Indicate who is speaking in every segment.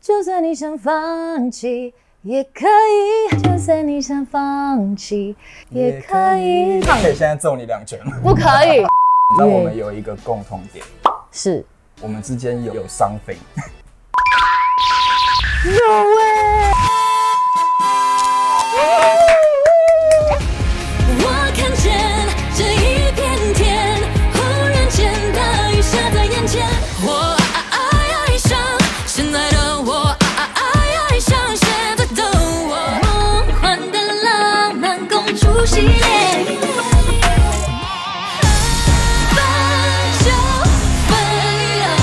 Speaker 1: 就算你想放弃也可以，就算你想放弃也可以。
Speaker 2: 那可以现在揍你两 拳吗？
Speaker 1: 不可以？
Speaker 2: 你知道我们有一个共同点，
Speaker 1: 是
Speaker 2: 我们之间有有 something。
Speaker 1: No way！
Speaker 3: 我看见这一片天，忽然间大雨下在眼前。我啊啊啊爱上现在的我，啊啊啊爱上现在的我。梦幻的浪漫公主系列。翻就飞了，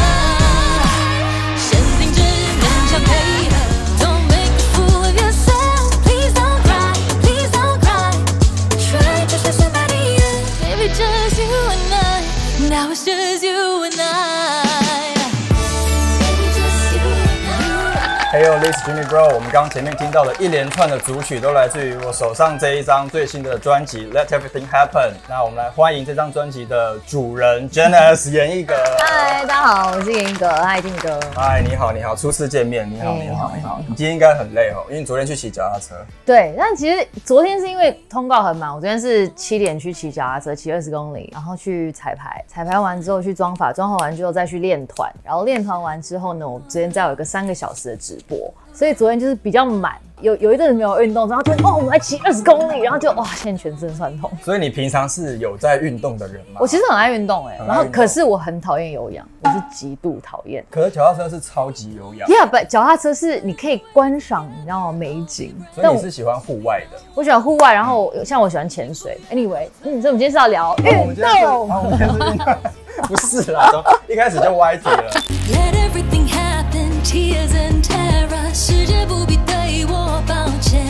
Speaker 3: 限定只能交配了。Don't make a fool of yourself, please don't cry, please don't cry. Try to find somebody else, baby, just you and I. Now it's just you and I. Baby, just you and I.
Speaker 2: Hey yo, this is Jimmy Bro。我们刚刚前面听到的一连串的组曲都来自于我手上这一张最新的专辑《Let Everything Happen》。那我们来欢迎这张专辑的主人 Janice 严艺格。
Speaker 1: 嗨，大家好，我是严哥，嗨，定哥。
Speaker 2: 嗨，你好，你好，初次见面，你好，
Speaker 1: 哎你
Speaker 2: 你好，
Speaker 1: 好
Speaker 2: 你好
Speaker 1: 你，
Speaker 2: 你今天应该很累哦，因为你昨天去骑脚踏车，
Speaker 1: 对，但其实昨天是因为通告很满，我昨天是七点去骑脚踏车，骑二十公里，然后去彩排，彩排完之后去妆发，妆发完之后再去练团，然后练团完之后呢，我昨天再有一个三个小时的直播，所以昨天就是比较满，有有一阵子没有运动，然后突然哦，我们来骑二十公里，然后就哇，现在全身酸痛。
Speaker 2: 所以你平常是有在运动的人吗？
Speaker 1: 我其实很爱运动哎、
Speaker 2: 很爱
Speaker 1: 然后
Speaker 2: 运动
Speaker 1: 可是我很讨厌有氧，我是极度讨厌。
Speaker 2: 可是脚踏车是超级有氧，
Speaker 1: Yeah，but 脚踏车是你可以观赏，你知道吗？美景。
Speaker 2: 所以
Speaker 1: 我
Speaker 2: 你是喜欢户外的。
Speaker 1: 我喜欢户外，然后我像我喜欢潜水。Anyway，嗯，所以我们今天是要聊
Speaker 2: 哦我们
Speaker 1: 运
Speaker 2: 今天是
Speaker 1: 动。
Speaker 2: 啊，我们今天是运动，不是啦，怎么一开始就歪题了。
Speaker 3: Let everything happen, tears and terror. 世界不必对我抱歉。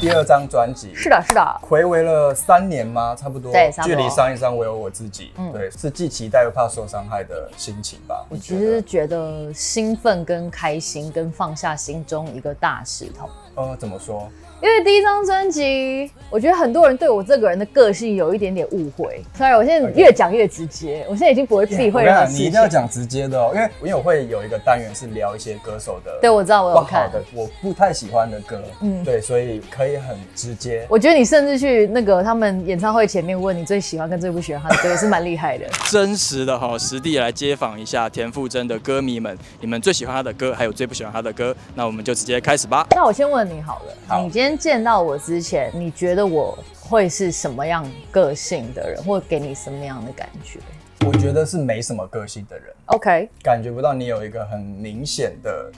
Speaker 2: 第二张专辑
Speaker 1: 是的，是的，
Speaker 2: 回味了三年吗？差不多，
Speaker 1: 对差不
Speaker 2: 距
Speaker 1: 多嗯
Speaker 2: 离上一张我有我自己，对，是既期待又怕受伤害的心情吧。
Speaker 1: 我
Speaker 2: 你
Speaker 1: 其
Speaker 2: 觉
Speaker 1: 实
Speaker 2: 得？
Speaker 1: 觉得兴奋跟开心跟放下心中一个大石头。
Speaker 2: 呃，怎么说？
Speaker 1: 因为第一张专辑，我觉得很多人对我这个人的个性有一点点误会。虽然我现在
Speaker 2: OK
Speaker 1: 越讲越直接，我现在已经不会避
Speaker 2: 我
Speaker 1: 讳
Speaker 2: 跟你
Speaker 1: 任何事
Speaker 2: 讲你一
Speaker 1: 情
Speaker 2: 定。要讲直接的哦，因为因为我会有一个单元是聊一些歌手的，
Speaker 1: 对，我知道，我
Speaker 2: 不
Speaker 1: 有
Speaker 2: 好
Speaker 1: 看。
Speaker 2: 的，我不太喜欢的歌，
Speaker 1: 嗯
Speaker 2: 嗯，对，所以可以很直接。
Speaker 1: 我觉得你甚至去那个他们演唱会前面问你最喜欢跟最不喜欢他的歌，也是蛮厉害的。
Speaker 4: 真实的哈、实地来街访一下田馥甄的歌迷们，你们最喜欢他的歌，还有最不喜欢他的歌，那我们就直接开始吧。
Speaker 1: 那我先问你好了，
Speaker 2: 好
Speaker 1: 你今天见到我之前，你觉得我会是什么样个性的人，或给你什么样的感觉
Speaker 2: 我觉得是没什么个性的人，
Speaker 1: ？OK，Right？、
Speaker 2: 感觉不到你有一个很明显的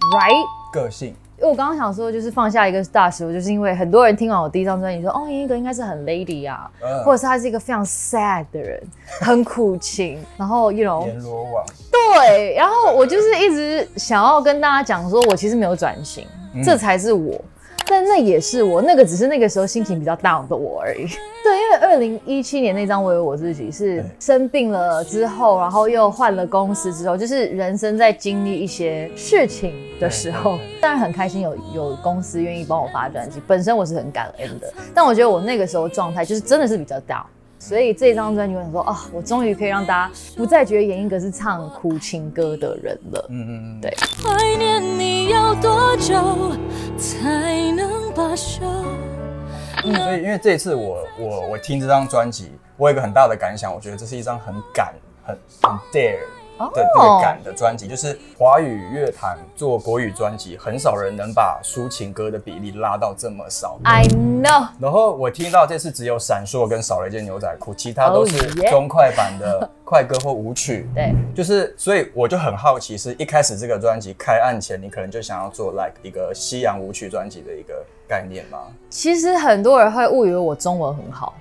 Speaker 2: 个性。
Speaker 1: 因为我刚刚想说，就是放下一个大石头，就是因为很多人听完我第一张专辑说，哦，严一哥应该是很 lady 啊，
Speaker 2: 嗯
Speaker 1: 或者是他是一个非常 sad 的人，很苦 情，然后 you know，
Speaker 2: 阎罗王，
Speaker 1: 对，然后我就是一直想要跟大家讲说，我其实没有转型，
Speaker 2: 嗯
Speaker 1: 这才是我。但那也是我，那个只是那个时候心情比较 down 的我而已。对，因为二零一七年那张《我有我自己》是
Speaker 2: 对
Speaker 1: 生病了之后，然后又换了公司之后，就是人生在经历一些事情的时候
Speaker 2: 对对，
Speaker 1: 当然很开心有有公司愿意帮我发专辑，本身我是很感恩的。但我觉得我那个时候状态就是真的是比较 down。所以这张专辑，我想说啊、我终于可以让大家不再觉得严一格是唱苦情歌的人了。
Speaker 2: 嗯嗯嗯，
Speaker 1: 对
Speaker 3: 怀念你要多久才能罢休？
Speaker 2: 嗯，所以因为这一次我我我听这张专辑，我有一个很大的感想，我觉得这是一张很敢、很很 dare
Speaker 1: 哦
Speaker 2: 的那个敢的专辑，就是华语乐坛做国语专辑，很少人能把抒情歌的比例拉到这么少。
Speaker 1: I know，
Speaker 2: 然后我听到这次只有《闪烁》跟少了一件牛仔裤，其他都
Speaker 1: Oh
Speaker 2: 是
Speaker 1: yeah
Speaker 2: 中快版的 快歌或舞曲。
Speaker 1: 对，
Speaker 2: 就是，所以我就很好奇，是一开始这个专辑开案前，你可能就想要做 like 一个西洋舞曲专辑的一个概念吗？
Speaker 1: 其实很多人会误以为我中文很好，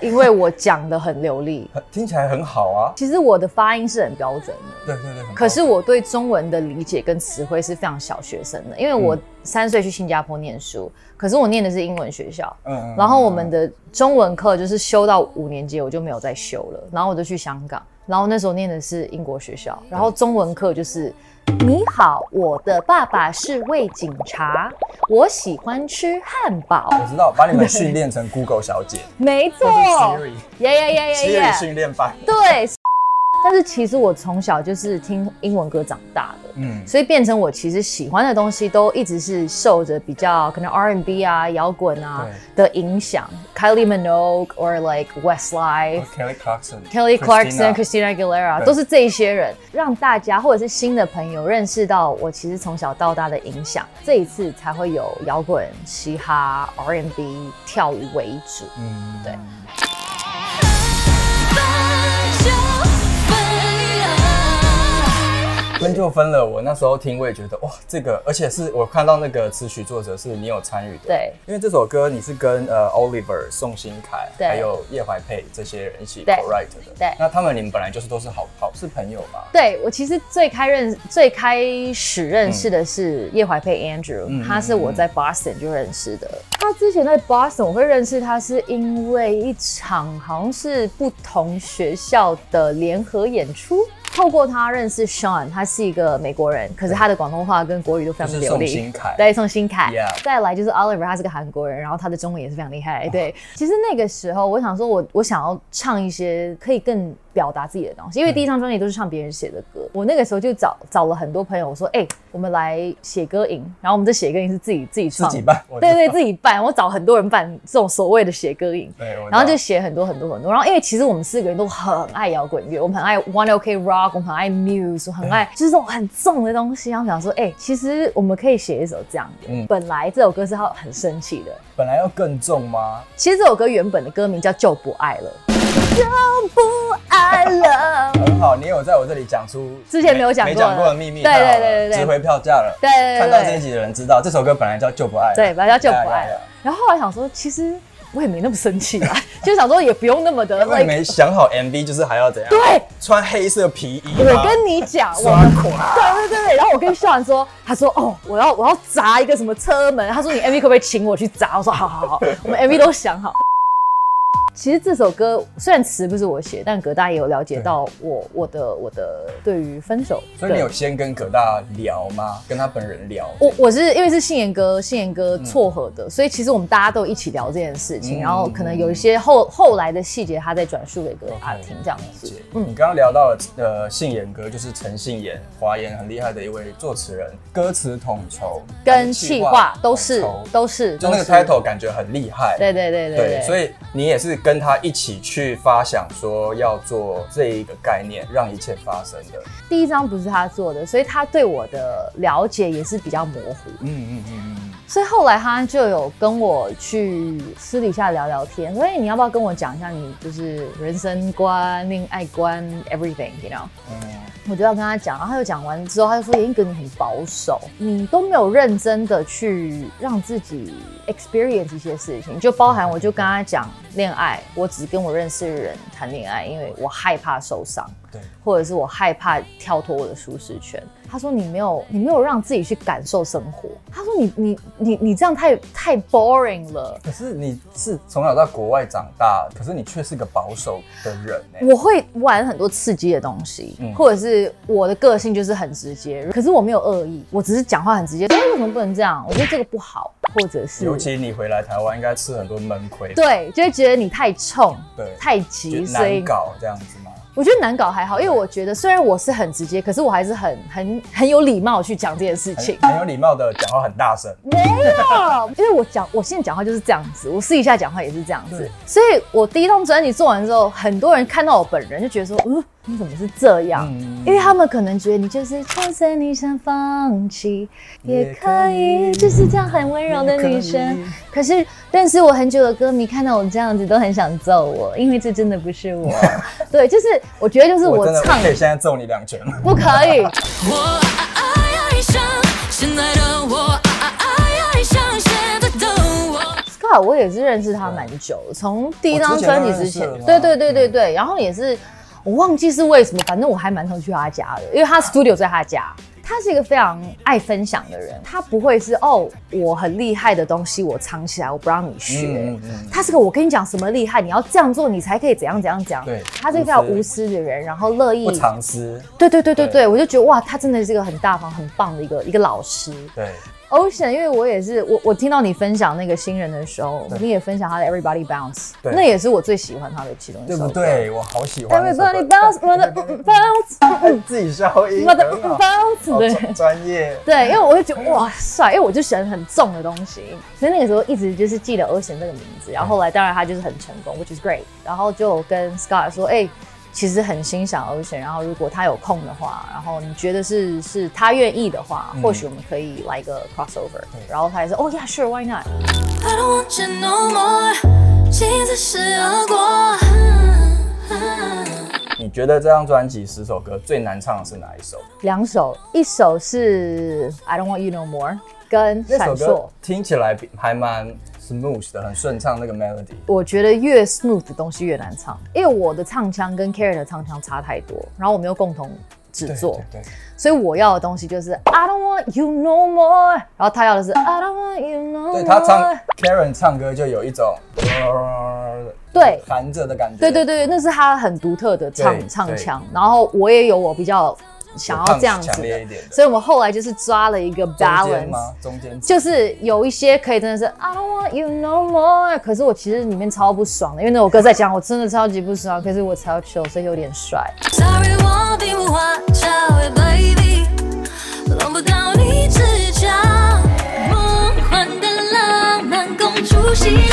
Speaker 1: 因为我讲的很流利。
Speaker 2: 很听起来很好啊。
Speaker 1: 其实我的发音是很标准的，
Speaker 2: 对对对，很
Speaker 1: 可是
Speaker 2: 好
Speaker 1: 我对中文的理解跟词汇是非常小学生的，因为我
Speaker 2: 嗯
Speaker 1: 三岁去新加坡念书，可是我念的是英文学校，
Speaker 2: 嗯
Speaker 1: 然后我们的中文课就是修到五年级，我就没有再修了，然后我就去香港，然后那时候念的是英国学
Speaker 2: 嗯
Speaker 1: 校，然后中文课就是你好，我的爸爸是位警察，我喜欢吃汉堡，
Speaker 2: 我知道，把你们训 练成 Google 小姐，
Speaker 1: 没错
Speaker 2: 或是 Siri，
Speaker 1: 耶耶耶耶耶，
Speaker 2: Siri 训练班。
Speaker 1: 对。 但是其实我从小就是听英文歌长大的，
Speaker 2: 嗯，
Speaker 1: 所以变成我其实喜欢的东西都一直是受着比较可能 R&B 啊、摇滚啊的影响，Kylie Minogue or like Westlife。
Speaker 2: Kelly Clarkson、
Speaker 1: Kelly Clarkson、Christina
Speaker 2: 哦对
Speaker 1: Aguilera 都是这一些人，让大家或者是新的朋友认识到我其实从小到大的影响。这一次才会有摇滚、嘻哈、R&B、跳舞为主。
Speaker 2: 嗯，
Speaker 1: 对
Speaker 3: 分就分了，
Speaker 2: 分就分了。我那时候听，我也觉得哇，这个，而且是我看到那个词曲作者是你有参与的，
Speaker 1: 对
Speaker 2: 因为这首歌你是跟呃 Oliver、宋新凯
Speaker 1: 对
Speaker 2: 还有叶怀佩这些人一起
Speaker 1: 对
Speaker 2: co-write 的，
Speaker 1: 对
Speaker 2: 那他们你们本来就是都是好好是朋友嘛，
Speaker 1: 对我其实最开认最开始认识的是叶怀佩 Andrew，、
Speaker 2: 嗯
Speaker 1: 他是我在 Boston 就认识的。他之前在 Boston 我会认识他，是因为一场好像是不同学校的联合演出。透过他认识 Sean，他是一个美国人，可是他的广东话跟国语都非常流
Speaker 2: 就是宋
Speaker 1: 利
Speaker 2: 新凯。
Speaker 1: 对，宋新凯。
Speaker 2: Yeah
Speaker 1: 再来就是 Oliver，他是个韩国人，然后他的中文也是非常厉
Speaker 2: 哦
Speaker 1: 害。对，其实那个时候我想说我，我想要唱一些可以更表达自己的东
Speaker 2: 嗯
Speaker 1: 西，因为第一张专辑都是唱别人写的歌。我那个时候就找找了很多朋友，我说，哎、我们来写歌营，然后我们这写歌营是自己自己
Speaker 2: 自
Speaker 1: 创，
Speaker 2: 己办，我
Speaker 1: 对对，
Speaker 2: 知道
Speaker 1: 自己办。我找很多人办这种所谓的写歌营，
Speaker 2: 对，我知道
Speaker 1: 然后就写很多很多很多。然后因为其实我们四个人都很爱摇滚乐，我们很爱 One OK Rock，我们很爱 Muse，我很爱
Speaker 2: 嗯
Speaker 1: 就是这种很重的东西。然后想说，哎、其实我们可以写一首这样的。
Speaker 2: 嗯
Speaker 1: 本来这首歌是他很生气的，
Speaker 2: 本来要更重吗？
Speaker 1: 其实这首歌原本的歌名叫《就不爱了》，就不爱了。
Speaker 2: 很好，你有在我这里讲出
Speaker 1: 之前没有讲
Speaker 2: 没
Speaker 1: 过的
Speaker 2: 讲过的秘密，
Speaker 1: 对
Speaker 2: 太好
Speaker 1: 对
Speaker 2: 了
Speaker 1: 对对对
Speaker 2: 值回票价了。
Speaker 1: 对对对对
Speaker 2: 看到这一集的人知道，这首歌本来叫就不爱了，
Speaker 1: 对，本来叫《就不爱
Speaker 2: 呀呀
Speaker 1: 了
Speaker 2: 呀》。
Speaker 1: 然后后来想说，其实我也没那么生气啊， 就想说也不用那么的
Speaker 2: 因为
Speaker 1: like。
Speaker 2: 没想好 MV 就是还要怎样？
Speaker 1: 对，
Speaker 2: 穿黑色皮衣吗，
Speaker 1: 我跟你讲，我
Speaker 2: 刷垮。
Speaker 1: 对对对对，然后我跟秀兰说，他说哦，我要我要砸一个什么车门，他说你 MV 可不可以请我去砸？我说好好好，我们 MV 都想好。其实这首歌虽然词不是我写，但葛大也有了解到我我的我的对于分手的，
Speaker 2: 所以你有先跟葛大聊吗？跟他本人聊？
Speaker 1: 我我是因为是信言哥，信言哥撮合的，所以其实我们大家都一起聊这件事情，
Speaker 2: 嗯
Speaker 1: 然后可能有一些后后来的细节，他再转述给葛大
Speaker 2: OK，
Speaker 1: 听这样子。
Speaker 2: 嗯，你刚刚聊到了呃，信言哥就是陈信言，华研很厉害的一位作词人，歌词统筹
Speaker 1: 跟气话都是
Speaker 2: 统筹
Speaker 1: 都是，
Speaker 2: 就那个
Speaker 1: 都是
Speaker 2: title 感觉很厉害。
Speaker 1: 对对对对
Speaker 2: 对，所
Speaker 1: 以
Speaker 2: 以你也是跟他一起去发想，说要做这一个概念，让一切发生的。
Speaker 1: 第一张不是他做的，所以他对我的了解也是比较模糊。
Speaker 2: 嗯嗯嗯嗯，
Speaker 1: 所以后来他就有跟我去私底下聊聊天，所以你要不要跟我讲一下你就是人生观、恋爱观，everything，you know？我
Speaker 2: 嗯
Speaker 1: 就要跟他讲，然后他就讲完之后，他就说：“严哥，你很保守，你都没有认真的去让自己 experience 一些事情，就包含我就跟他讲恋爱，我只跟我认识的人谈恋爱，因为我害怕受伤，
Speaker 2: 对，
Speaker 1: 或者是我害怕跳脱我的舒适圈。”他说：“你没有，你没有让自己去感受生活。”他说你：“你你你这样太太 boring 了。”
Speaker 2: 可是你是从小到国外长大，可是你却是个保守的人哎、
Speaker 1: 我会玩很多刺激的东西，
Speaker 2: 嗯
Speaker 1: 或者是我的个性就是很直接，可是我没有恶意，我只是讲话很直接。哎，为什么不能这样？我觉得这个不好，或者是
Speaker 2: 尤其你回来台湾，应该吃很多闷亏，
Speaker 1: 对，就会觉得你太冲，
Speaker 2: 对
Speaker 1: 太
Speaker 2: 觉
Speaker 1: 急，
Speaker 2: 得
Speaker 1: 所以
Speaker 2: 难搞这样子吗？
Speaker 1: 我觉得难搞还好，因为我觉得虽然我是很直接，可是我还是很很很有礼貌去讲这件事情
Speaker 2: 很。很有礼貌的讲话很大声，
Speaker 1: 没有，因为我讲，我现在讲话就是这样子，我私底下讲话也是这样子
Speaker 2: 对，
Speaker 1: 所以我第一张专辑做完之后，很多人看到我本人就觉得说，嗯，你怎么是这样？
Speaker 2: 嗯
Speaker 1: 因为他们可能觉得你就是，就算你想放弃也可以，就是这样很温柔的女生。可是认识我很久的歌迷看到我这样子，都很想揍我，因为这真的不是 我。对，就是我觉得就是
Speaker 2: 我
Speaker 1: 我
Speaker 2: 真的我
Speaker 1: 唱嗯
Speaker 2: 可以现在揍你两拳吗？
Speaker 1: 不可以，
Speaker 3: 我啊啊要一生，深爱的我啊啊啊要一生，现在的我。
Speaker 1: Scott，我也是认识他蛮久，从第一张专辑之前
Speaker 2: 我之前就认识了吗，嗯
Speaker 1: 对对对对对，
Speaker 2: 嗯
Speaker 1: 然后也是我忘记是为什么，反正我还蛮常去他家的，因为他 studio 在他家，他是一个非常爱分享的人，他不会是哦，我很厉害的东西我藏起来，我不让你学。
Speaker 2: 嗯嗯嗯
Speaker 1: 他是个我跟你讲什么厉害，你要这样做，你才可以怎样怎样怎样。
Speaker 2: 对
Speaker 1: 他是一个非常无私的人，然后乐意
Speaker 2: 不。藏私，
Speaker 1: 对对对对
Speaker 2: 对
Speaker 1: 对，我就觉得哇，他真的是一个很大方、很棒的一个一个老师。
Speaker 2: 对
Speaker 1: Ocean，因为我也是我我听到你分享那个新人的时候，
Speaker 2: 对
Speaker 1: 你也分享他的 Everybody Bounce，
Speaker 2: 对
Speaker 1: 那也是我最喜欢他的其中一
Speaker 2: 对
Speaker 1: 首
Speaker 2: 不
Speaker 1: 歌。
Speaker 2: 对？我好喜欢那首歌。
Speaker 1: ？Everybody Bounce，我的 Bounce，
Speaker 2: 自己消音，
Speaker 1: 我的
Speaker 2: 很好
Speaker 1: Bounce，
Speaker 2: 好
Speaker 1: 对。
Speaker 2: 专专业。
Speaker 1: 对，因为我会觉得哇帅，因为我就喜欢很重的东西，所以那个时候一直就是记得 Ocean 这个名字。然后后来当然他就是很成功，which is great。然后就跟 Scott 说，哎、其实很欣赏 Ocean，然后如果他有空的话，然后你觉得是是他愿意的话，或许我们可以来一个 crossover。然
Speaker 2: 嗯
Speaker 1: 后他也说，哦、yeah，sure，why not？
Speaker 3: I don't want you no more，妻子是恶果。
Speaker 2: 你觉得这张专辑十首歌最难唱的是哪一首？
Speaker 1: 两首，一首是 I don't want you no more，跟
Speaker 2: 那
Speaker 1: 闪
Speaker 2: 首
Speaker 1: 烁
Speaker 2: 歌。听起来比还蛮 smooth 的，很顺畅那个 melody。
Speaker 1: 我觉得越 smooth 的东西越难唱，因为我的唱腔跟 Karen 的唱腔差太多，然后我们又共同制作，
Speaker 2: 对对
Speaker 1: 所以我要的东西就是 I don't want you no more，然后他要的是 I don't want you no more。
Speaker 2: 对对他唱 Karen 唱歌就有一种呃
Speaker 1: 对
Speaker 2: 含着的感觉。
Speaker 1: 对对对，那是他很独特的唱
Speaker 2: 对
Speaker 1: 唱腔，然后我也有我比较想要这样
Speaker 2: 强
Speaker 1: 子
Speaker 2: 烈一
Speaker 1: 的，
Speaker 2: 点的。
Speaker 1: 所以我们后来就是抓了一个
Speaker 2: 中间
Speaker 1: balance
Speaker 2: 吗。？中间
Speaker 1: 就是有一些可以真的是 I don't want you no more，可是我其实里面超不爽的，因为那首歌在讲我真的超级不爽，可是我才要求，所以有点帅。
Speaker 3: Sorry，我并无话找诶，baby，轮不到你指教。梦幻的浪漫公主系列。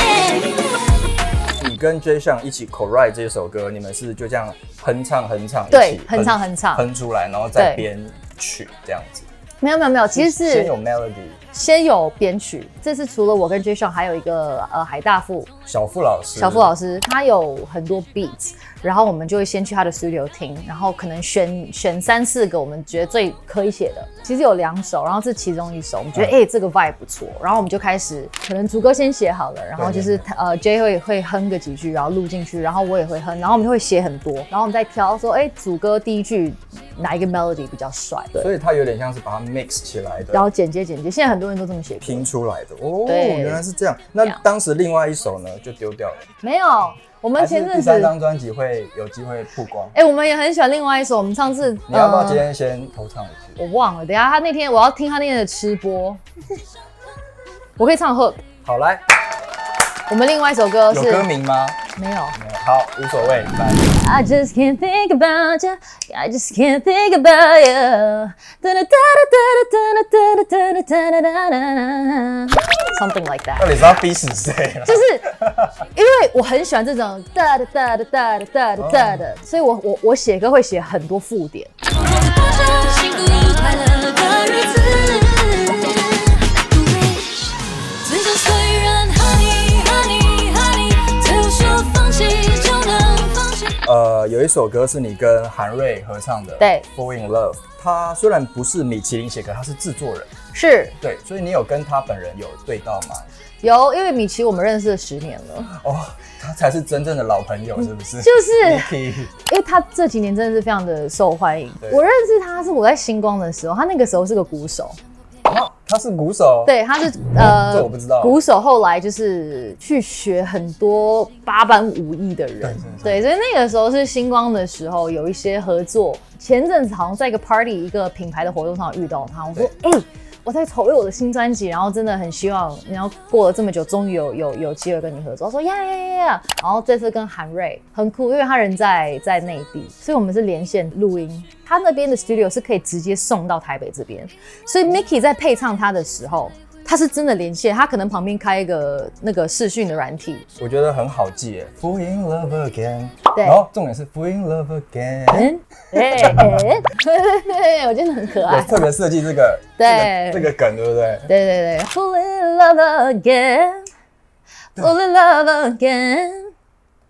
Speaker 2: 你跟 J 项一起 c o r r i d e 这首歌，你们是就这样哼唱哼唱，
Speaker 1: 对
Speaker 2: 一起
Speaker 1: 哼唱哼唱
Speaker 2: 哼出来，然后再
Speaker 1: 对
Speaker 2: 编曲这样子。
Speaker 1: 没有没有没有，其实
Speaker 2: 先
Speaker 1: 是
Speaker 2: 有 melody，
Speaker 1: 先有编曲。这次除了我跟 J s o n 还有一个呃海大富
Speaker 2: 小付老师，
Speaker 1: 小付老
Speaker 2: 嗯
Speaker 1: 师，他有很多 beats，然后我们就会先去他的 studio 听，然后可能选选三四个我们觉得最可以写的。其实有两首，然后这其中一首，我们
Speaker 2: 嗯
Speaker 1: 觉得哎、诶这个 vibe 不错，然后我们就开始可能主歌先写好了，然后就是
Speaker 2: 对
Speaker 1: 呃 J 会会哼个几句，然后录进去，然后我也会哼，然后我们就会写很多，然后我们再挑说哎、诶主歌第一句哪一个 melody 比较帅，对，
Speaker 2: 所以他有点像是把它 mix 起来
Speaker 1: 然
Speaker 2: 的，
Speaker 1: 后剪接剪接，现在很多人都这么写歌，
Speaker 2: 拼出来的。哦，
Speaker 1: 对
Speaker 2: 原来是这样。那
Speaker 1: 这样
Speaker 2: 当时另外一首呢就丢掉了，
Speaker 1: 没有，我们
Speaker 2: 还是
Speaker 1: 前阵
Speaker 2: 第
Speaker 1: 子，
Speaker 2: 三
Speaker 1: 哎、
Speaker 2: 张专辑会有机会曝光。
Speaker 1: 我们也很喜欢另外一首，我们上次呃
Speaker 2: 你要不要今天先偷唱一次？
Speaker 1: 我忘了，等一下他那天我要听他那天的吃播， 我可以唱 hook。
Speaker 2: 好，来，
Speaker 1: 我们另外一首歌是
Speaker 2: 有歌名吗？
Speaker 1: 没有
Speaker 2: 没有，好，无所谓，来。
Speaker 1: ，I just can't think about you, I just can't think about you，哒哒哒哒哒哒哒哒哒哒哒哒哒哒，something like that
Speaker 2: 到。底是要逼死谁啊了？
Speaker 1: 就是因为我很喜欢这种哒哒哒哒哒哒哒哒的，所以我我我写歌会写很多附点。
Speaker 3: 我们过着幸福快乐的日子。嘴角虽然 honey honey honey，对我说放弃就能放弃。
Speaker 2: 呃，有一首歌是你跟韩瑞合唱的，
Speaker 1: 对
Speaker 2: 《Fall in Love》。他虽然不是米其林写歌，他是制作人，
Speaker 1: 是
Speaker 2: 对，所以你有跟他本人有对到吗？
Speaker 1: 有，因为米奇我们认识了十年了，
Speaker 2: 哦，他才是真正的老朋友，是不是？
Speaker 1: 嗯就是
Speaker 2: Nicky
Speaker 1: 因为他这几年真的是非常的受欢迎
Speaker 2: 对。
Speaker 1: 我认识他是我在星光的时候，他那个时候是个鼓手，
Speaker 2: 啊，他是鼓手，，
Speaker 1: 对，他是呃
Speaker 2: 哦这我不知道
Speaker 1: 鼓手后来就是去学很多八般武艺的人，对，
Speaker 2: 对
Speaker 1: 所以那个时候是星光的时候有一些合作。前阵子好像在一个 party 一个品牌的活动上遇到他，我说哎。我在筹备我的新专辑，然后真的很希望，然后过了这么久，终于有有有机会跟你合作。我说呀呀呀呀！然后这次跟韩瑞很酷，因为他人在在内地，所以我们是连线录音。他那边的 studio 是可以直接送到台北这边，所以 Mickey 在配唱他的时候，他是真的连线，他可能旁边开一个那个视讯的软体，
Speaker 2: 我觉得很好记耶，Fall in Love Again，
Speaker 1: 对
Speaker 2: 然后重点是 Fall in Love Again，
Speaker 1: 嗯，哎、哎我觉得很可
Speaker 2: 有
Speaker 1: 爱。
Speaker 2: 特别设计这个，
Speaker 1: 对
Speaker 2: 这个这个梗，对不 对？
Speaker 1: 对对对，Fall in love again, Fall in love again,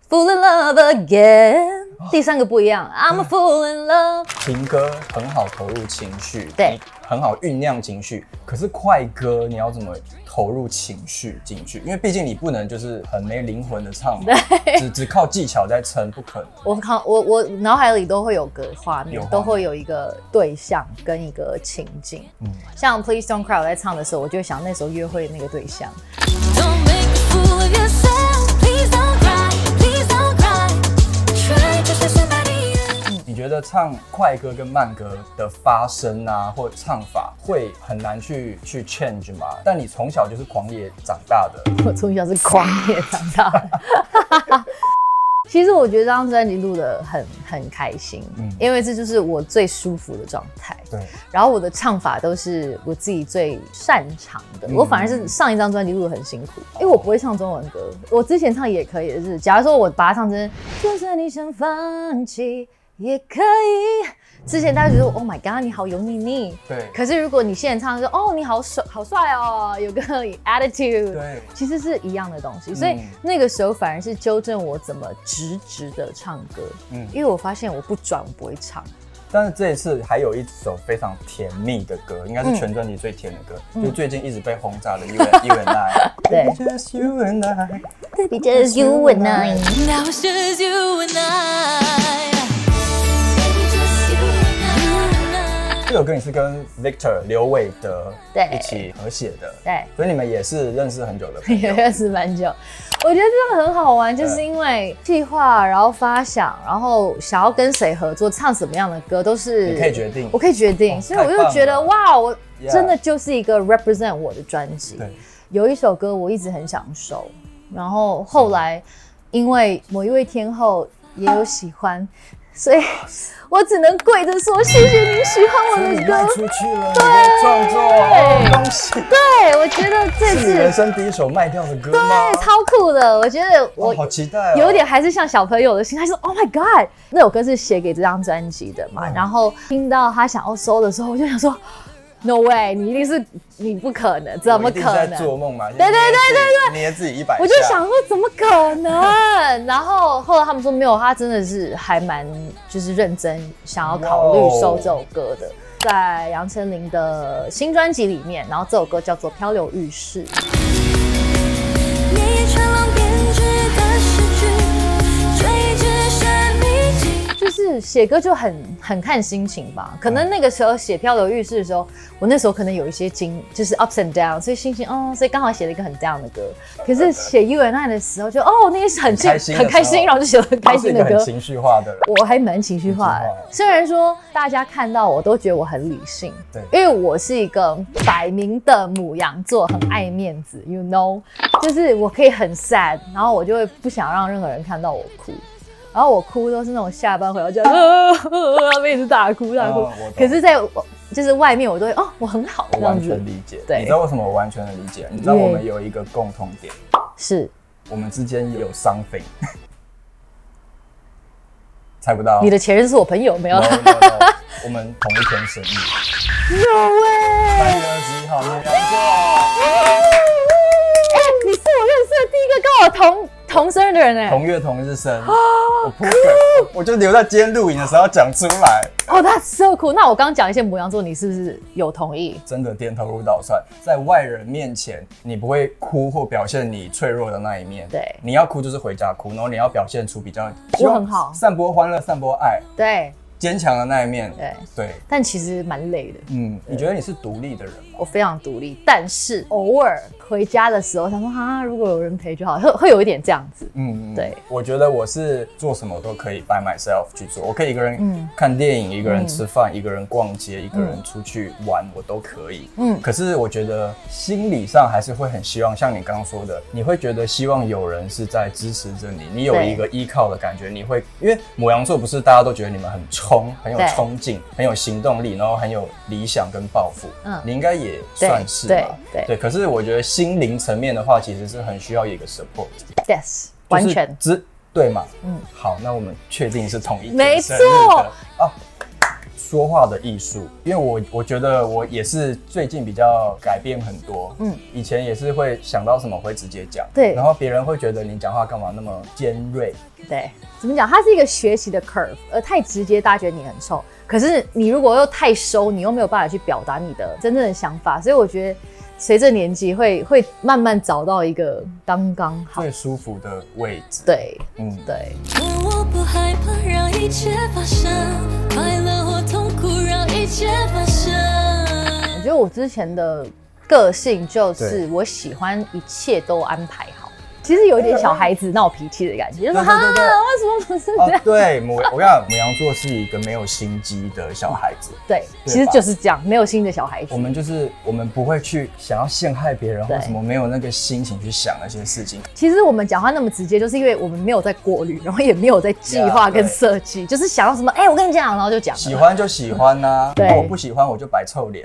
Speaker 1: Fall in love again。第三个不一样，I'm a fool in love。
Speaker 2: 情歌很好投入情绪，
Speaker 1: 对
Speaker 2: 你很好酝酿情绪。可是快歌你要怎么投入情绪进去？因为毕竟你不能就是很没灵魂的唱嘛，只 只靠技巧在撑，不可能。
Speaker 1: 我看我我脑海里都会有个画面
Speaker 2: 有画，面
Speaker 1: 都会有一个对象跟一个情境。
Speaker 2: 嗯
Speaker 1: 像 Please Don't Cry 我在唱的时候，我就会想那时候约会那个对象。
Speaker 3: Don't make a fool of yourself. Please don't cry. Please don't cry. Try to find somebody else.
Speaker 2: 你觉得唱快歌跟慢歌的发声啊，或唱法会很难去去 change 吗？但你从小就是狂野长大的，
Speaker 1: 我从小是狂野长大 的。其实我觉得这张专辑录的很很开心，
Speaker 2: 嗯
Speaker 1: 因为这就是我最舒服的状态。
Speaker 2: 对，
Speaker 1: 然后我的唱法都是我自己最擅长的，
Speaker 2: 嗯
Speaker 1: 我反而是上一张专辑录的很辛苦，因为我不会唱中文歌，我之前唱也可以，就是假如说我把它唱成，就算你想放弃也可以，之前大家觉得 Oh my God，你好油腻腻。
Speaker 2: 对，
Speaker 1: 可是如果你现在唱说哦你好帅好帅哦，有个 attitude，
Speaker 2: 对嗯
Speaker 1: 其实是一样的东西，所以那个时候反而是纠正我怎么直直的唱歌，
Speaker 2: 嗯
Speaker 1: 嗯，因为我发现我不转我不会唱，
Speaker 2: 但是这一次还有一首非常甜蜜的歌，应该
Speaker 1: 嗯
Speaker 2: 是全专辑最甜的歌，就最近一直被轰炸的《You and You and I》。
Speaker 1: 对
Speaker 2: Just You and I。
Speaker 1: ，Because you and I。
Speaker 3: Now it's just you and I. Baby, just you and I.
Speaker 2: 这首歌你是跟 Victor 刘伟德
Speaker 1: 对
Speaker 2: 一起合写的，
Speaker 1: 对
Speaker 2: 所以你们也是认识很久的朋
Speaker 1: 也
Speaker 2: 友。
Speaker 1: 认识蛮久。我觉得这个很好玩，就是因为计划，然后发想，然后想要跟谁合作，唱什么样的歌，都是
Speaker 2: 你可以决定
Speaker 1: 我可以决定，
Speaker 2: 哦
Speaker 1: 所以我
Speaker 2: 太棒
Speaker 1: 就
Speaker 2: 了
Speaker 1: 觉得哇，我
Speaker 2: Yeah
Speaker 1: 真的就是一个 represent 我的专辑
Speaker 2: 对。
Speaker 1: 有一首歌我一直很想收，然后后来因为某一位天后也有喜欢， 所以我只能跪着说谢谢你喜欢我
Speaker 2: 你
Speaker 1: 的
Speaker 2: 卖
Speaker 1: 歌。
Speaker 2: 出去了，你的创作东西，
Speaker 1: 对，我觉得这
Speaker 2: 是你人
Speaker 1: 是
Speaker 2: 生第一首卖掉的歌吗？
Speaker 1: 超酷的，我觉得我、
Speaker 2: 哇好期待、哦，
Speaker 1: 有点还是像小朋友的心态，说 “Oh my God”，那首歌是写给这张专辑的嘛。
Speaker 2: 嗯
Speaker 1: 然后听到他想要收的时候，我就想说：“No way，你一定是你不可能，怎么
Speaker 2: 我一定
Speaker 1: 可
Speaker 2: 在
Speaker 1: 能？”
Speaker 2: 做梦嘛？对
Speaker 1: 对
Speaker 2: 对对对，捏自己一百下，
Speaker 1: 我就想说怎么可能？ 然后后来他们说没有，他真的是还蛮就是认真想要考虑
Speaker 2: 哦
Speaker 1: 收这首歌的。在杨丞琳的新专辑里面，然后这首歌叫做《漂流浴室》。
Speaker 3: 夜夜穿浪编织的诗句，追着神秘景。
Speaker 1: 就是写歌就很很看心情吧，可能那个时候写《漂流浴室》的时候，我那时候可能有一些经就是 ups and down，所以心情哦，所以刚好写了一个很 down 的歌。可是写 You and I 的时候就，哦，那也是很
Speaker 2: 开心的时候
Speaker 1: 很开心，然后就写了很开
Speaker 2: 是一
Speaker 1: 心
Speaker 2: 个
Speaker 1: 的
Speaker 2: 很
Speaker 1: 歌。
Speaker 2: 情绪化的人。
Speaker 1: 我还蛮情绪化
Speaker 2: 情绪
Speaker 1: 的
Speaker 2: 化，
Speaker 1: 虽然说大家看到我都觉得我很理性，
Speaker 2: 对
Speaker 1: 因为我是一个摆明的母羊座，很爱面子，you know，就是我可以很 sad，然后我就会不想让任何人看到我哭，然后我哭都是那种下班回到家，啊，一直大哭大哭
Speaker 2: 哦我懂，
Speaker 1: 可是在我就是外面我都会哦，我很好
Speaker 2: 我
Speaker 1: 这
Speaker 2: 完
Speaker 1: 样子
Speaker 2: 全，理解，
Speaker 1: 对
Speaker 2: 你知道为什么我完全的理解？你知道我们有一个共同点，
Speaker 1: 是
Speaker 2: 我们之间有 something，猜不到。哦
Speaker 1: 你的前任是我朋友没有
Speaker 2: no, no, no, 我们同一天生日，
Speaker 1: ？No
Speaker 2: 三
Speaker 1: way！
Speaker 2: 月二十一号，你要
Speaker 1: 哎，你是我认识的第一个跟我同同生日的人哎、
Speaker 2: 同月同日生，我扑梗，我就留在今天录影的时候讲出来，
Speaker 1: 哦、他 t so cool。那我刚刚讲一些母羊座，你是不是有同意？
Speaker 2: 真的点头如捣蒜。在外人面前，你不会哭或表现你脆弱的那一面，
Speaker 1: 对
Speaker 2: 你要哭就是回家哭，然后你要表现出比较，
Speaker 1: 我很好
Speaker 2: 散播欢乐，散播爱，
Speaker 1: 对
Speaker 2: 坚强的那一面，
Speaker 1: 对，
Speaker 2: 对，
Speaker 1: 但其实蛮累的。
Speaker 2: 嗯，你觉得你是独立的人吗？
Speaker 1: 我非常独立，但是偶尔回家的时候，想说啊，如果有人陪就好，会会有一点这样子。
Speaker 2: 嗯，嗯
Speaker 1: 对，
Speaker 2: 我觉得我是做什么都可以 by myself 去做，我可以一个人
Speaker 1: 嗯
Speaker 2: 看电影，一个人吃饭，一个人逛街，一个人出去玩，我都可以。嗯，
Speaker 1: 嗯
Speaker 2: 可是我觉得心理上还是会很希望，像你刚刚说的，你会觉得希望有人是在支持着你，你有
Speaker 1: 对
Speaker 2: 一个依靠的感觉，你会因为母羊座不是大家都觉得你们很冲，很有
Speaker 1: 对
Speaker 2: 冲劲，很有行动力，然后很有理想跟抱负。嗯
Speaker 1: 嗯，
Speaker 2: 你应该也算是
Speaker 1: 对
Speaker 2: 吧
Speaker 1: 对
Speaker 2: 对，可是我觉得心灵层面的话，其实是很需要一个 support。
Speaker 1: Yes，
Speaker 2: 就
Speaker 1: 完
Speaker 2: 是
Speaker 1: 全
Speaker 2: 只对嘛？嗯
Speaker 1: 嗯，
Speaker 2: 好，那我们确定是同一天
Speaker 1: 没
Speaker 2: 生日的
Speaker 1: 错
Speaker 2: 哦。说话的艺术，因为我我觉得我也是最近比较改变很多，
Speaker 1: 嗯
Speaker 2: 嗯，以前也是会想到什么会直接讲，
Speaker 1: 对
Speaker 2: 然后别人会觉得你讲话干嘛那么尖锐，
Speaker 1: 对，怎么讲？它是一个学习的 curve，呃，太直接，大家觉得你很臭。可是你如果又太收，你又没有办法去表达你的真正的想法，所以我觉得随着年纪会会慢慢找到一个刚刚好。
Speaker 2: 最舒服的位置，
Speaker 1: 对
Speaker 2: 嗯，
Speaker 1: 对，
Speaker 3: 而我不害怕让一切发生，快乐或痛苦让一切发生。
Speaker 1: 我觉得我之前的个性就是我喜欢一切都安排好，其实有一点小孩子闹脾气的感觉，就是
Speaker 2: 对
Speaker 1: 哈、
Speaker 2: 对对对
Speaker 1: 为什么不是
Speaker 2: 哦
Speaker 1: 这样？，
Speaker 2: 对，母，我跟你讲，母羊座是一个没有心机的小孩子，
Speaker 1: 对，
Speaker 2: 对
Speaker 1: 其实
Speaker 2: 吧
Speaker 1: 就是这样，没有新的小孩子
Speaker 2: 我。们就是我们不会去想要陷害别人或
Speaker 1: 对
Speaker 2: 什么，没有那个心情去想那些事情，
Speaker 1: 其实我们讲话那么直接，就是因为我们没有在过滤，然后也没有在计
Speaker 2: Yeah，
Speaker 1: 划
Speaker 2: 对
Speaker 1: 跟设计就是想到什么，哎、我跟你讲，然后就讲了。
Speaker 2: 喜欢就喜欢呐、
Speaker 1: 对
Speaker 2: 啊，我不喜欢我就摆臭脸。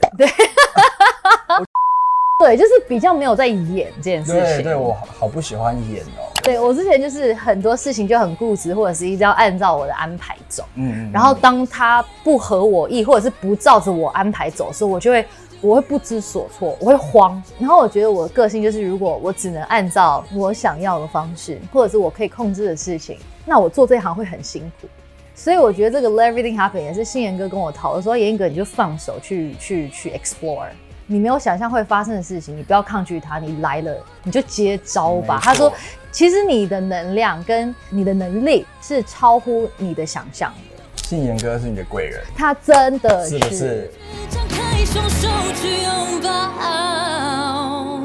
Speaker 1: 对，就是比较没有在演这件事
Speaker 2: 对
Speaker 1: 情。
Speaker 2: 对，我好好不喜欢演哦。
Speaker 1: 对我之前就是很多事情就很固执，或者是一直要按照我的安排走。
Speaker 2: 嗯，嗯
Speaker 1: 然后当他不合我意，或者是不照着我安排走的时候，我就会我会不知所措，我会慌。然后我觉得我的个性就是，如果我只能按照我想要的方式，或者是我可以控制的事情，那我做这一行会很辛苦。所以我觉得这个 Let Everything Happen 也是信言哥跟我讨论说，严哥你就放手去去去 explore。你没有想象会发生的事情，你不要抗拒它，你来了你就接招吧
Speaker 2: 没。错
Speaker 1: 他说，其实你的能量跟你的能力是超乎你的想象的。
Speaker 2: 信言哥是你的贵人，
Speaker 1: 他真的
Speaker 2: 是不是？
Speaker 3: 张开双手去拥抱。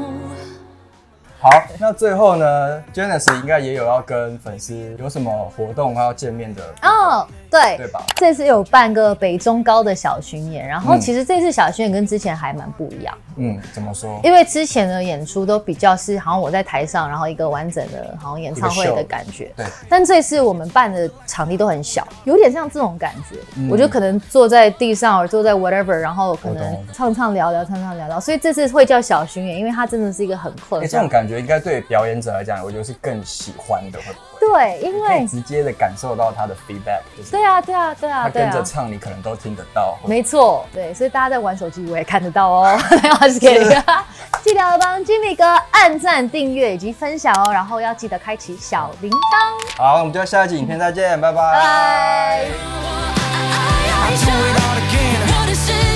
Speaker 2: 好，那最后呢，Janice 应该也有要跟粉丝有什么活动要见面的，
Speaker 1: 哦，对
Speaker 2: 对吧？
Speaker 1: 这次有办个北中高的小巡演，然后
Speaker 2: 嗯
Speaker 1: 其实这次小巡演跟之前还蛮不一样，
Speaker 2: 嗯，怎么说？
Speaker 1: 因为之前的演出都比较是好像我在台上，然后一个完整的好像演唱会
Speaker 2: 一个
Speaker 1: 的
Speaker 2: show
Speaker 1: 感觉。
Speaker 2: 对，
Speaker 1: 但这次我们办的场地都很小，有点像这种感觉。
Speaker 2: 嗯
Speaker 1: 我就可能坐在地上，或者坐在 whatever，然后可
Speaker 2: 我
Speaker 1: 能
Speaker 2: 懂
Speaker 1: 唱唱聊聊，唱唱聊聊。所以这次会叫小巡演，因为它真的是一个很
Speaker 2: 哎、
Speaker 1: close
Speaker 2: 这种
Speaker 1: 的。
Speaker 2: 感觉应该对表演者来讲，我觉得是更喜欢的，会不会？
Speaker 1: 对，因
Speaker 2: 可以
Speaker 1: 为
Speaker 2: 直接的感受到他的 feedback，就是
Speaker 1: 对啊，对啊，对啊，
Speaker 2: 他
Speaker 1: 对
Speaker 2: 跟
Speaker 1: 啊。
Speaker 2: 着唱，你可能都听得到。
Speaker 1: 没错，对，所以大家在玩手机，我也看得到哦。 还是可以的， 记得要帮 Jimmy 哥按赞、订阅以及分享哦，然后要记得开启小铃铛，
Speaker 2: 好，我们就下一集影片再见，拜
Speaker 1: 拜拜。
Speaker 3: I do it all again. What is it?